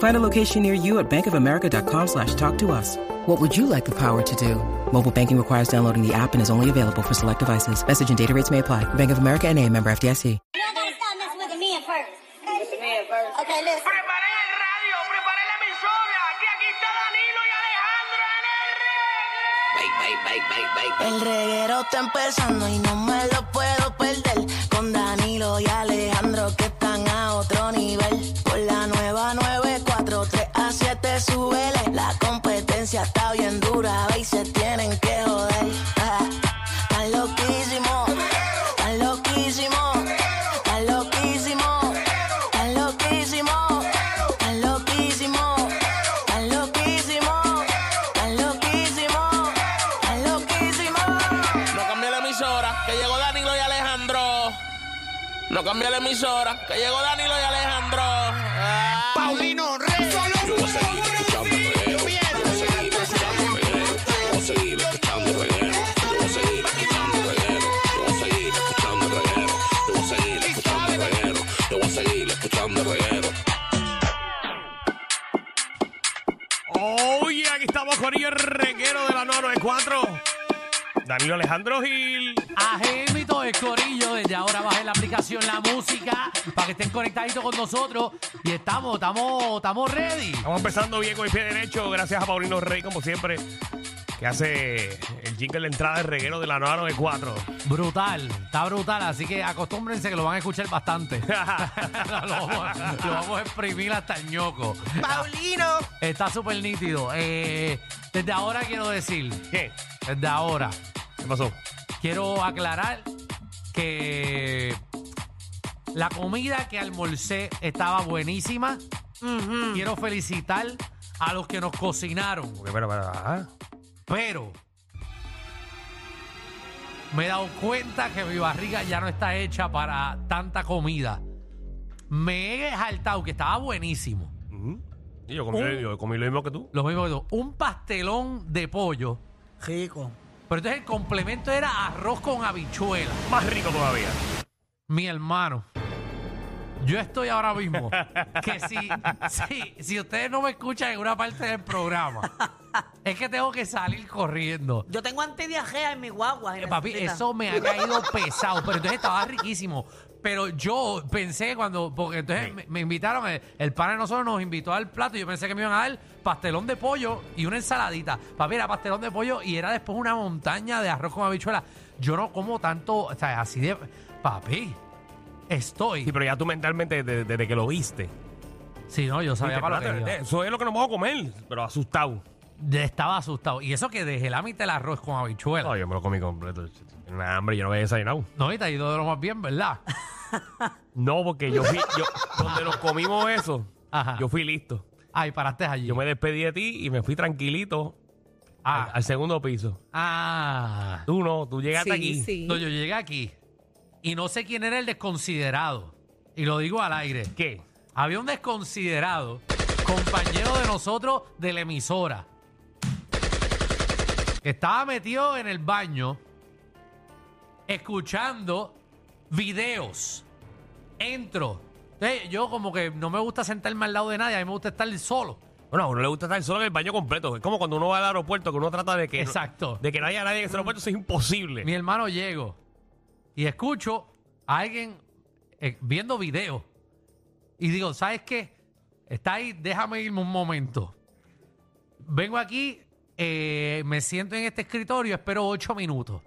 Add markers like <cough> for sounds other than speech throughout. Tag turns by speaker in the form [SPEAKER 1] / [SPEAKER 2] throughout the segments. [SPEAKER 1] Find a location near you at bankofamerica.com slash talk to us. What would you like the power to do? Mobile banking requires downloading the app and is only available for select devices. Message and data rates may apply. Bank of America and a member FDIC.
[SPEAKER 2] Y'all gotta stop messing with the men first. Okay, listen.
[SPEAKER 3] Preparen el radio, preparen la emisora. Que aquí está Danilo y Alejandro en el
[SPEAKER 4] El reguero está empezando y no me lo puedo perder. Con Danilo y Alejandro que están a otro nivel. Por la nueva 943 a 7 súbele. La competencia está bien dura ve, y se tienen que joder. Ah, Están loquísimos, están loquísimos, están loquísimos, están loquísimos, están loquísimos, están loquísimos, están loquísimos, están loquísimos.
[SPEAKER 3] No cambie la emisora, que llegó Danilo y Alejandro. No cambie la emisora, que llegó Danilo y Alejandro. Ah. Paulino Rey. Yo voy a seguir escuchando reguero. Yo voy a seguir escuchando reguero. Yo voy a seguir escuchando reguero. Yo voy a seguir escuchando reguero. Yo voy a seguir escuchando reguero. Yo voy a seguir escuchando reguero. Yo voy a seguir escuchando reguero.
[SPEAKER 5] Oye, aquí estamos con el reguero de la 994. Danilo Alejandro Gil.
[SPEAKER 6] Ajémito el corillo, desde ahora bajen la aplicación La Música para que estén conectaditos con nosotros y estamos, estamos, estamos ready.
[SPEAKER 5] Estamos empezando bien con el pie derecho. Gracias a Paulino Rey, como siempre, que hace el jingle de entrada del reguero de la 994.
[SPEAKER 6] Brutal, está brutal, así que acostúmbrense que lo van a escuchar bastante. <laughs> lo, vamos, lo vamos a exprimir hasta el ñoco.
[SPEAKER 4] Paulino.
[SPEAKER 6] Está súper nítido. Eh, desde ahora quiero decir,
[SPEAKER 5] ¿Qué?
[SPEAKER 6] desde ahora,
[SPEAKER 5] ¿Qué pasó?
[SPEAKER 6] quiero aclarar que la comida que almorcé estaba buenísima. Quiero felicitar a los que nos cocinaron,
[SPEAKER 5] Porque, pero, pero, ajá.
[SPEAKER 6] pero me he dado cuenta que mi barriga ya no está hecha para tanta comida. Me he jaltado que estaba buenísimo.
[SPEAKER 5] Ujú. Y yo comí, yo comí lo mismo que tú.
[SPEAKER 6] Lo mismo que tú, un pastelón de pollo,
[SPEAKER 4] Rico.
[SPEAKER 6] pero entonces el complemento era arroz con habichuela.
[SPEAKER 5] Más rico todavía.
[SPEAKER 6] Mi hermano, yo estoy ahora mismo. Que si, si, si ustedes no me escuchan en una parte del programa, es que tengo que salir corriendo.
[SPEAKER 7] Yo tengo antidiarrea en mi guagua.
[SPEAKER 6] Eh, Papi, eso me ha caído pesado, pero entonces estaba riquísimo. Pero yo pensé cuando, porque entonces
[SPEAKER 5] Sí.
[SPEAKER 6] me, me invitaron, el, el pana de nosotros nos invitó al plato y yo pensé que me iban a dar pastelón de pollo y una ensaladita. Papi, era pastelón de pollo y era después una montaña de arroz con habichuela. Yo no como tanto, o sea, así de... Papi, estoy...
[SPEAKER 5] Sí, pero ya tú mentalmente, desde, desde que lo viste.
[SPEAKER 6] Sí, no, yo sabía
[SPEAKER 5] dijiste,
[SPEAKER 6] para lo que
[SPEAKER 5] "Espérate,
[SPEAKER 6] iba.
[SPEAKER 5] Eso es lo que no me voy a comer, pero asustado.
[SPEAKER 6] De- Estaba asustado. Y eso que dejé la mitad del arroz con habichuela.
[SPEAKER 5] No, yo me lo comí completo. Tenía una hambre, yo no había desayunado.
[SPEAKER 6] No, y te ha ido de lo más bien,
[SPEAKER 5] <laughs>
[SPEAKER 6] ¿verdad?
[SPEAKER 5] No, porque yo fui. Yo, donde nos comimos eso,
[SPEAKER 6] Ajá.
[SPEAKER 5] yo fui listo.
[SPEAKER 6] Ay, Ah, paraste allí.
[SPEAKER 5] Yo me despedí de ti y me fui tranquilito
[SPEAKER 6] Ah.
[SPEAKER 5] al, al segundo piso.
[SPEAKER 6] Ah.
[SPEAKER 5] Tú no, tú llegaste aquí.
[SPEAKER 6] No, yo llegué aquí y no sé quién era el desconsiderado. Y lo digo al aire.
[SPEAKER 5] ¿Qué?
[SPEAKER 6] Había un desconsiderado, compañero de nosotros de la emisora, que estaba metido en el baño escuchando videos. Entro. Entonces, yo como que no me gusta sentarme al lado de nadie, a mí me gusta estar solo.
[SPEAKER 5] Bueno, a uno le gusta estar solo en el baño completo. Es como cuando uno va al aeropuerto, que uno trata de que.
[SPEAKER 6] Exacto.
[SPEAKER 5] de que no haya nadie en ese aeropuerto, eso es imposible.
[SPEAKER 6] Mi hermano llego y escucho a alguien eh, viendo video y digo, ¿sabes qué? Está ahí, déjame irme un momento. Vengo aquí, eh, me siento en este escritorio, espero ocho minutos.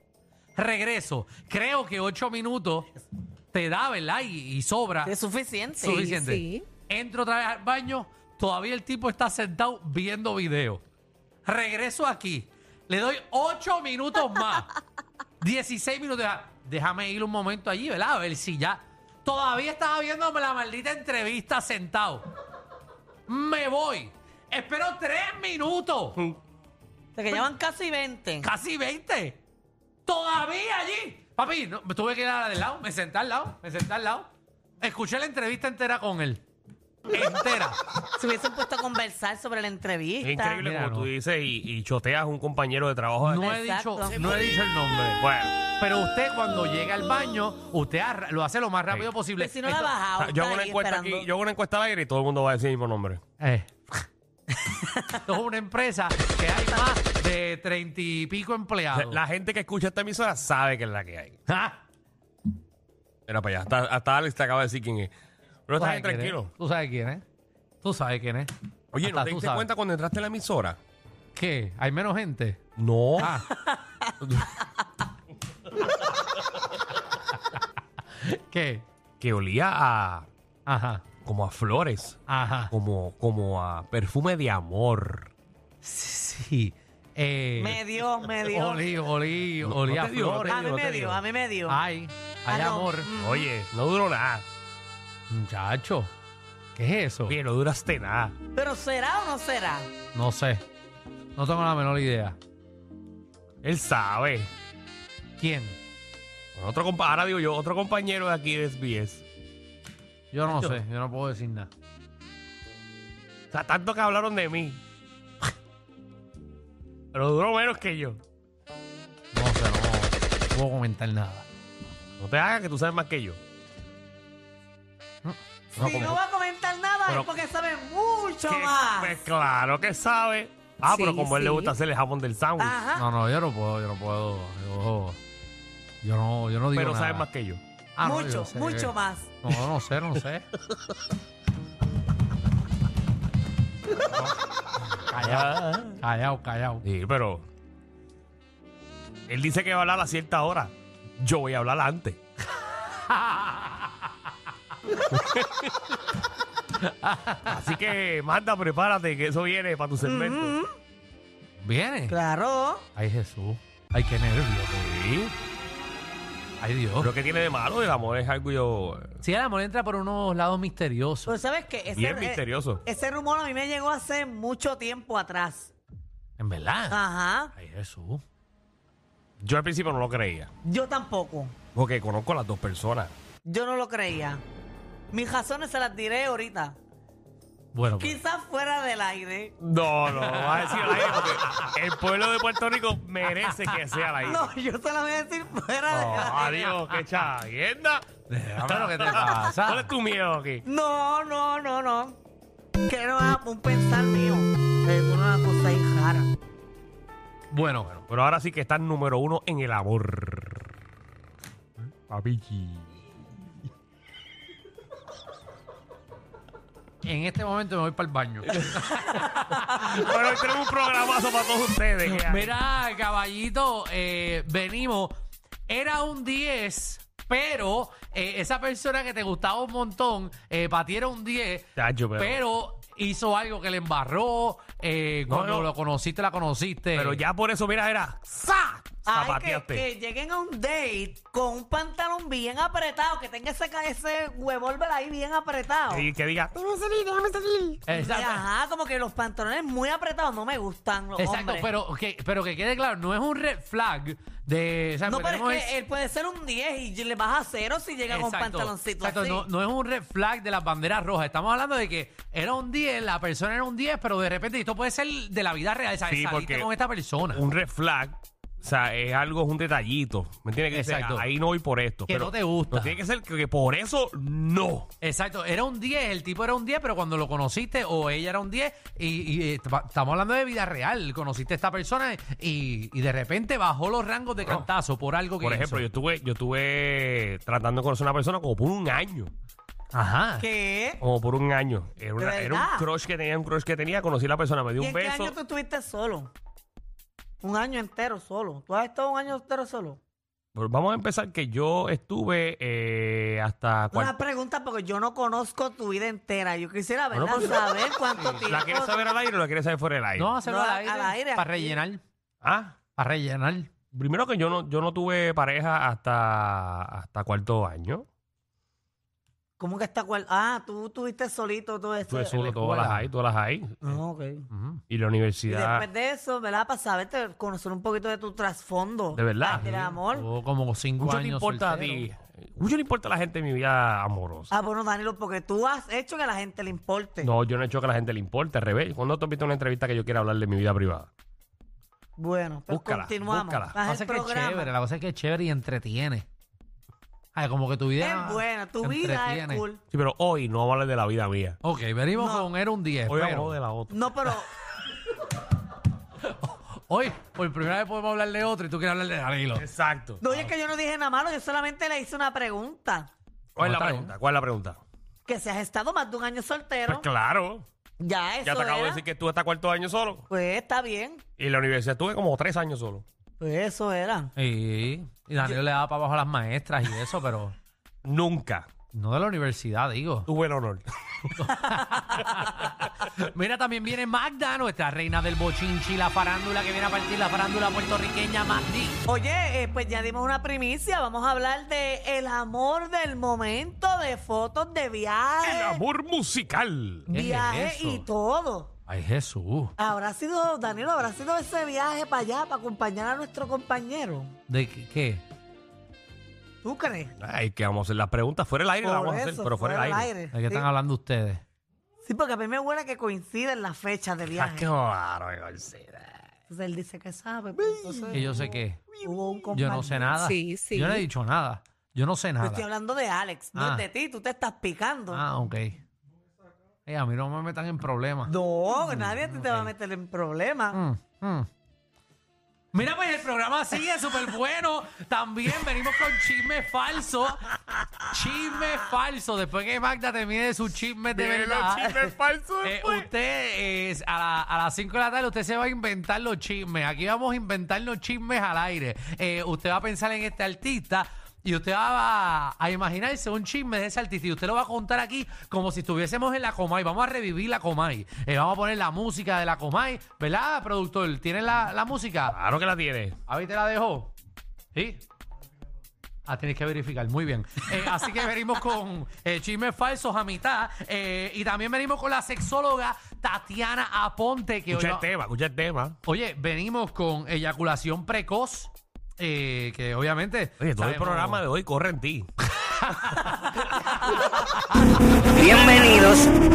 [SPEAKER 6] Regreso. Creo que ocho minutos te da, ¿verdad? Y, y sobra.
[SPEAKER 7] Es suficiente.
[SPEAKER 6] suficiente. Entro otra vez al baño. Todavía el tipo está sentado viendo video. Regreso aquí. Le doy 8 minutos más. 16 minutos. Deja- Déjame ir un momento allí, ¿verdad? A ver si ya. Todavía estaba viendo la maldita entrevista sentado. Me voy. Espero 3 minutos.
[SPEAKER 7] O sea, que llevan casi 20.
[SPEAKER 5] <laughs>
[SPEAKER 6] Casi 20. Todavía allí. Papi, no, me tuve que ir a la del lado. Me senté al lado. Me senté al lado. Escuché la entrevista entera con él.
[SPEAKER 7] <laughs>
[SPEAKER 6] Entera.
[SPEAKER 7] Se hubiesen puesto a conversar sobre la
[SPEAKER 5] Es
[SPEAKER 7] entrevista.
[SPEAKER 5] increíble
[SPEAKER 6] Mira,
[SPEAKER 5] como
[SPEAKER 6] no.
[SPEAKER 5] tú dices y, y choteas a un compañero de trabajo. de-
[SPEAKER 6] No he, dicho,
[SPEAKER 7] Exacto.
[SPEAKER 6] no he dicho el nombre.
[SPEAKER 5] Bueno,
[SPEAKER 6] Pero usted cuando llega al baño, usted arra- lo hace lo más rápido
[SPEAKER 5] Sí.
[SPEAKER 6] posible.
[SPEAKER 7] Pero Pues si no la ha
[SPEAKER 6] Esto-
[SPEAKER 7] bajado.
[SPEAKER 5] yo
[SPEAKER 7] está
[SPEAKER 5] hago una
[SPEAKER 7] ahí
[SPEAKER 5] encuesta
[SPEAKER 7] esperando.
[SPEAKER 5] aquí, yo hago una encuesta al aire y todo el mundo va a decir el mismo nombre.
[SPEAKER 6] Eh. <laughs> Esto es una empresa que hay más de treinta y pico empleados.
[SPEAKER 5] La gente que escucha esta emisora sabe que es la que hay.
[SPEAKER 6] Ah,
[SPEAKER 5] Mira para allá, hasta, hasta Alex te acaba de decir quién es. Pero
[SPEAKER 6] tú
[SPEAKER 5] estás
[SPEAKER 6] sabes
[SPEAKER 5] ahí
[SPEAKER 6] quién es,
[SPEAKER 5] tranquilo.
[SPEAKER 6] Tú sabes quién es. Tú sabes quién es.
[SPEAKER 5] Oye,
[SPEAKER 6] Hasta
[SPEAKER 5] ¿no te
[SPEAKER 6] tú
[SPEAKER 5] diste
[SPEAKER 6] sabes.
[SPEAKER 5] cuenta cuando entraste a la emisora?
[SPEAKER 6] ¿Qué? ¿Hay menos gente?
[SPEAKER 5] No.
[SPEAKER 6] Ah. ¿Qué?
[SPEAKER 5] Que olía a
[SPEAKER 6] Ajá.
[SPEAKER 5] como a flores,
[SPEAKER 6] Ajá.
[SPEAKER 5] como, como a perfume de amor.
[SPEAKER 6] Sí. Eh,
[SPEAKER 7] Me dio, me dio.
[SPEAKER 6] olí, olí,
[SPEAKER 5] No,
[SPEAKER 6] olí
[SPEAKER 5] no
[SPEAKER 6] a
[SPEAKER 5] te dio, no te
[SPEAKER 6] flores.
[SPEAKER 7] a mí
[SPEAKER 5] no
[SPEAKER 7] me
[SPEAKER 5] te
[SPEAKER 7] dio,
[SPEAKER 5] digo.
[SPEAKER 7] a mí me dio.
[SPEAKER 6] Ay, hay
[SPEAKER 7] Ah, no.
[SPEAKER 6] amor.
[SPEAKER 5] Oye, no duró nada.
[SPEAKER 6] Muchacho, ¿qué es eso?
[SPEAKER 5] Oye, no duraste nada.
[SPEAKER 7] Pero será o no será?
[SPEAKER 6] No sé. No tengo la menor idea.
[SPEAKER 5] Él sabe.
[SPEAKER 6] ¿Quién?
[SPEAKER 5] Con Otro compa ahora digo yo, otro compañero de aquí de SBS.
[SPEAKER 6] Yo no sé, yo no puedo decir nada.
[SPEAKER 5] O sea, tanto que hablaron de mí. Pero duró menos que yo.
[SPEAKER 6] No sé, no, no puedo comentar nada.
[SPEAKER 5] No te hagas que tú sabes más que yo.
[SPEAKER 6] No,
[SPEAKER 7] si
[SPEAKER 6] como-
[SPEAKER 7] no va a comentar nada
[SPEAKER 5] Pero-
[SPEAKER 7] es porque sabe mucho
[SPEAKER 5] Que-
[SPEAKER 7] más.
[SPEAKER 5] pues claro que sabe. Ah, pero
[SPEAKER 7] Sí,
[SPEAKER 5] como a él le
[SPEAKER 7] sí.
[SPEAKER 5] gusta hacer el jamón del sándwich.
[SPEAKER 7] Ajá.
[SPEAKER 6] No, no, yo no puedo, yo no puedo. Yo, yo no, yo no digo
[SPEAKER 5] Pero
[SPEAKER 6] nada.
[SPEAKER 5] sabe más que yo.
[SPEAKER 6] Ah, no, yo
[SPEAKER 7] mucho,
[SPEAKER 6] sé.
[SPEAKER 7] mucho más.
[SPEAKER 6] No, no sé, no sé.
[SPEAKER 5] Callado.
[SPEAKER 6] Callao, callao.
[SPEAKER 5] Sí, pero. Él dice que va a hablar a cierta hora. Yo voy a hablar <laughs> antes. Así que, Marta, prepárate, que eso viene para tu segmento.
[SPEAKER 6] ¿Viene?
[SPEAKER 7] Claro.
[SPEAKER 6] Ay, Jesús. Ay, qué nervios.
[SPEAKER 5] Sí.
[SPEAKER 6] Ay,
[SPEAKER 5] Pero
[SPEAKER 6] Dios.
[SPEAKER 5] ¿qué tiene de malo? El amor es algo yo.
[SPEAKER 6] Si el amor entra por unos lados misteriosos.
[SPEAKER 7] Pues sabes que ese,
[SPEAKER 5] Bien
[SPEAKER 7] eh,
[SPEAKER 5] misterioso.
[SPEAKER 7] ese rumor a mí me llegó hace mucho tiempo atrás.
[SPEAKER 6] En verdad.
[SPEAKER 7] Ajá.
[SPEAKER 6] Ay, Jesús.
[SPEAKER 5] Yo al principio no lo creía.
[SPEAKER 7] Yo tampoco.
[SPEAKER 5] Porque conozco a las dos personas.
[SPEAKER 7] Yo no lo creía. Mis razones se las diré ahorita.
[SPEAKER 6] Bueno, pues,
[SPEAKER 7] Quizás fuera del aire.
[SPEAKER 5] No, no, vas a decir al aire porque el pueblo de Puerto Rico merece que sea la isla.
[SPEAKER 7] No, <laughs> yo se las voy a decir fuera
[SPEAKER 5] Oh.
[SPEAKER 7] del aire.
[SPEAKER 5] adiós, qué chavienda.
[SPEAKER 6] déjame lo que te pasa.
[SPEAKER 5] ¿Cuál es tu miedo aquí?
[SPEAKER 7] No, no, no, no. Que no hagas un pensar mío. Eh, Es una cosa ahí rara.
[SPEAKER 6] Bueno, pues,
[SPEAKER 5] Pero ahora sí que está número uno en el amor. Papichi.
[SPEAKER 6] en este momento me voy para el baño.
[SPEAKER 5] Bueno, hoy tenemos un programazo para todos ustedes. ¿Qué hay?
[SPEAKER 6] <laughs> Mira, caballito, eh, venimos. Era un 10, pero eh, esa persona que te gustaba un montón, eh, para ti era un 10,
[SPEAKER 5] Chacho, pero-
[SPEAKER 6] pero hizo algo que le embarró. eh,
[SPEAKER 5] No,
[SPEAKER 6] cuando
[SPEAKER 5] no.
[SPEAKER 6] lo conociste, la conociste.
[SPEAKER 5] Pero ya por eso, mira, era. ¡Sa!
[SPEAKER 7] Ay, que,
[SPEAKER 5] Zapateaste.
[SPEAKER 7] que lleguen a un date con un pantalón bien apretado, que tenga ese, ca- ese huevólver ahí bien apretado.
[SPEAKER 5] Y que diga.
[SPEAKER 6] Exacto.
[SPEAKER 7] Ajá, como que los pantalones muy apretados no me gustan los
[SPEAKER 6] Exacto,
[SPEAKER 7] hombres.
[SPEAKER 6] pero que, pero que quede claro, no es un red flag de... o sea,
[SPEAKER 7] no,
[SPEAKER 6] porque
[SPEAKER 7] pero
[SPEAKER 6] tenemos
[SPEAKER 7] es que
[SPEAKER 6] es-
[SPEAKER 7] él puede ser un 10 y le baja a cero si llega con
[SPEAKER 6] Exacto,
[SPEAKER 7] pantaloncito
[SPEAKER 6] exacto,
[SPEAKER 7] así.
[SPEAKER 6] No, no es un red flag de las banderas rojas. Estamos hablando de que era un 10, la persona era un 10, pero de repente esto puede ser de la vida real. ¿sabes?
[SPEAKER 5] Sí,
[SPEAKER 6] Saliste
[SPEAKER 5] porque-
[SPEAKER 6] con esta persona.
[SPEAKER 5] Un red flag. O sea, es algo, es un detallito. ¿Me entiendes? Que sea,
[SPEAKER 6] Exacto.
[SPEAKER 5] ahí no voy por esto.
[SPEAKER 6] Que
[SPEAKER 5] pero
[SPEAKER 6] no te gusta.
[SPEAKER 5] tiene que ser que, que por eso no.
[SPEAKER 6] Exacto, era un 10, el tipo era un 10, pero cuando lo conociste o ella era un 10, y, y, eh, estaba- estamos hablando de vida real, conociste a esta persona y, y de repente bajó los rangos de cantazo por algo que
[SPEAKER 5] Por ejemplo, yo
[SPEAKER 6] hizo.
[SPEAKER 5] estuve, yo estuve tratando de conocer a una persona como por un año.
[SPEAKER 6] Ajá.
[SPEAKER 7] ¿Qué?
[SPEAKER 5] Como por un año. Era, una-
[SPEAKER 7] ¿De
[SPEAKER 5] era un
[SPEAKER 7] verdad?
[SPEAKER 5] crush que tenía, un crush que tenía. Conocí a la persona, me dio
[SPEAKER 7] ¿Y
[SPEAKER 5] un
[SPEAKER 7] en qué
[SPEAKER 5] beso.
[SPEAKER 7] año tú estuviste solo? Un año entero solo. ¿Tú has estado un año entero solo?
[SPEAKER 5] Pero vamos a empezar que yo estuve eh, hasta
[SPEAKER 7] Una
[SPEAKER 5] cuarto.
[SPEAKER 7] pregunta porque yo no conozco tu vida entera. Yo quisiera verla,
[SPEAKER 5] Bueno, pues-
[SPEAKER 7] saber cuánto tiempo.
[SPEAKER 5] ¿La quieres saber al aire o la quieres saber fuera del aire?
[SPEAKER 6] No, hacerlo
[SPEAKER 7] No,
[SPEAKER 6] al,
[SPEAKER 7] al
[SPEAKER 6] aire,
[SPEAKER 7] aire,
[SPEAKER 6] Para
[SPEAKER 7] aquí.
[SPEAKER 6] rellenar.
[SPEAKER 5] Ah,
[SPEAKER 6] Para rellenar.
[SPEAKER 5] primero que yo no, yo no tuve pareja hasta, hasta cuarto año.
[SPEAKER 7] ¿Cómo que está cual? Ah, tú tuviste solito todo eso.
[SPEAKER 5] Estuve solo todas las
[SPEAKER 6] escuela.
[SPEAKER 5] hay, todas las hay.
[SPEAKER 7] Ah, ok.
[SPEAKER 6] Ujú.
[SPEAKER 5] Y la
[SPEAKER 7] Y
[SPEAKER 5] universidad.
[SPEAKER 7] después de eso, ¿verdad? Para saberte, conocer un poquito de tu trasfondo.
[SPEAKER 5] De verdad.
[SPEAKER 7] Del amor.
[SPEAKER 6] Tuvo como cinco
[SPEAKER 5] Mucho le
[SPEAKER 6] años
[SPEAKER 5] importa
[SPEAKER 6] soltero.
[SPEAKER 5] a ti. Mucho le importa a la gente en mi vida amorosa.
[SPEAKER 7] Ah, bueno, Danilo, porque tú has hecho que a la gente le importe.
[SPEAKER 5] No, yo no he hecho que a la gente le importe, al revés. Cuando tú has visto una entrevista que yo quiera hablar de mi vida privada.
[SPEAKER 7] Bueno, pues
[SPEAKER 5] Búscala,
[SPEAKER 7] continuamos.
[SPEAKER 5] búscala.
[SPEAKER 7] Haz
[SPEAKER 6] La
[SPEAKER 7] el
[SPEAKER 6] cosa es que es
[SPEAKER 7] programa.
[SPEAKER 6] chévere, la cosa es que es chévere y entretiene. Ay, como que tu vida.
[SPEAKER 7] Es buena, tu vida es
[SPEAKER 6] entretiene.
[SPEAKER 7] cool.
[SPEAKER 5] Sí, pero hoy no vamos a hablar de la vida mía.
[SPEAKER 6] Ok, venimos
[SPEAKER 7] No.
[SPEAKER 6] con Era un 10.
[SPEAKER 5] Hoy
[SPEAKER 6] pero-
[SPEAKER 5] vamos de la otra.
[SPEAKER 7] No,
[SPEAKER 6] <laughs>
[SPEAKER 7] pero
[SPEAKER 6] Hoy, por primera vez podemos hablar de otro y tú quieres hablar de Danilo.
[SPEAKER 5] Exacto.
[SPEAKER 7] no es que yo no dije nada malo, yo solamente le hice una pregunta.
[SPEAKER 5] ¿Cuál es la
[SPEAKER 6] Otra,
[SPEAKER 5] pregunta? ¿Cuál es la pregunta?
[SPEAKER 7] Que si has estado más de un año soltero,
[SPEAKER 5] Pues claro.
[SPEAKER 7] ya eso
[SPEAKER 5] Ya te acabo de
[SPEAKER 7] era.
[SPEAKER 5] decir que estuve hasta cuarto año solo.
[SPEAKER 7] Pues está bien,
[SPEAKER 5] Y en la universidad estuve como tres años solo.
[SPEAKER 7] pues eso era.
[SPEAKER 6] Sí, y Danilo le daba para abajo a las maestras y eso, pero
[SPEAKER 5] Nunca
[SPEAKER 6] no de la universidad, digo.
[SPEAKER 5] tuve el honor.
[SPEAKER 6] <laughs> Mira, también viene Magda, nuestra reina del bochinchi, la farándula que viene a partir la farándula puertorriqueña Magdi.
[SPEAKER 7] Oye, eh, pues ya dimos una primicia, vamos a hablar de el amor del momento, de fotos de viaje,
[SPEAKER 5] El amor musical.
[SPEAKER 6] ¿Qué es
[SPEAKER 7] viaje
[SPEAKER 6] eso?
[SPEAKER 7] y todo.
[SPEAKER 6] Ay, Jesús.
[SPEAKER 7] Habrá sido, Danilo, habrá sido ese viaje para allá, para acompañar a nuestro compañero.
[SPEAKER 6] ¿De qué? qué?
[SPEAKER 7] ¿Tú crees?
[SPEAKER 5] Ay, que vamos a hacer las preguntas fuera del aire, las
[SPEAKER 7] Por
[SPEAKER 5] vamos a hacer,
[SPEAKER 7] eso,
[SPEAKER 5] pero fuera del aire.
[SPEAKER 6] ¿De qué
[SPEAKER 7] Sí.
[SPEAKER 6] están hablando <laughs> ustedes?
[SPEAKER 7] Sí, porque a mí me huele que coinciden las fechas de
[SPEAKER 5] Ah,
[SPEAKER 7] viaje.
[SPEAKER 5] claro, García.
[SPEAKER 7] Entonces él dice que sabe. pues, entonces
[SPEAKER 6] Que yo sé qué.
[SPEAKER 7] hubo un
[SPEAKER 6] Yo
[SPEAKER 7] compañero.
[SPEAKER 6] no sé nada.
[SPEAKER 8] Sí, sí.
[SPEAKER 6] Yo no he dicho nada. Yo no sé
[SPEAKER 7] Yo
[SPEAKER 6] nada.
[SPEAKER 7] estoy hablando de Alex, no
[SPEAKER 6] Ah.
[SPEAKER 7] es de ti, tú te estás picando.
[SPEAKER 6] Ah, ok. Ey, a mí no me metan en problemas.
[SPEAKER 7] No, nadie te, te va a meter en problemas.
[SPEAKER 6] Mm, mm. Mira, pues el programa sigue súper bueno. También venimos con chisme falso. Chisme falso. Después que Magda termine de sus chismes de verdad.
[SPEAKER 5] falsos. pues.
[SPEAKER 6] eh, usted eh, a, la- a las 5 de la tarde usted se va a inventar los chismes. Aquí vamos a inventar los chismes al aire. Eh, usted va a pensar en este artista y usted va a, a imaginarse un chisme de ese artista y usted lo va a contar aquí como si estuviésemos en la Comay. Vamos a revivir la Comay. Eh, vamos a poner la música de la Comay. ¿Verdad, productor? ¿Tienes la, la música?
[SPEAKER 5] Claro que la tiene.
[SPEAKER 6] ¿A mí te la dejó? ¿Sí? Ah, tienes que verificar. Muy bien. Eh, así que venimos con eh, chismes falsos a mitad. eh, y también venimos con la sexóloga Tatiana Aponte. Que hoy
[SPEAKER 5] Escucha este. el
[SPEAKER 6] no-
[SPEAKER 5] tema, escucha el tema.
[SPEAKER 6] Oye, venimos con eyaculación precoz. eh, que obviamente.
[SPEAKER 5] Oye, todo el
[SPEAKER 6] sabemos-
[SPEAKER 5] programa de hoy corre en ti.
[SPEAKER 4] Bienvenidos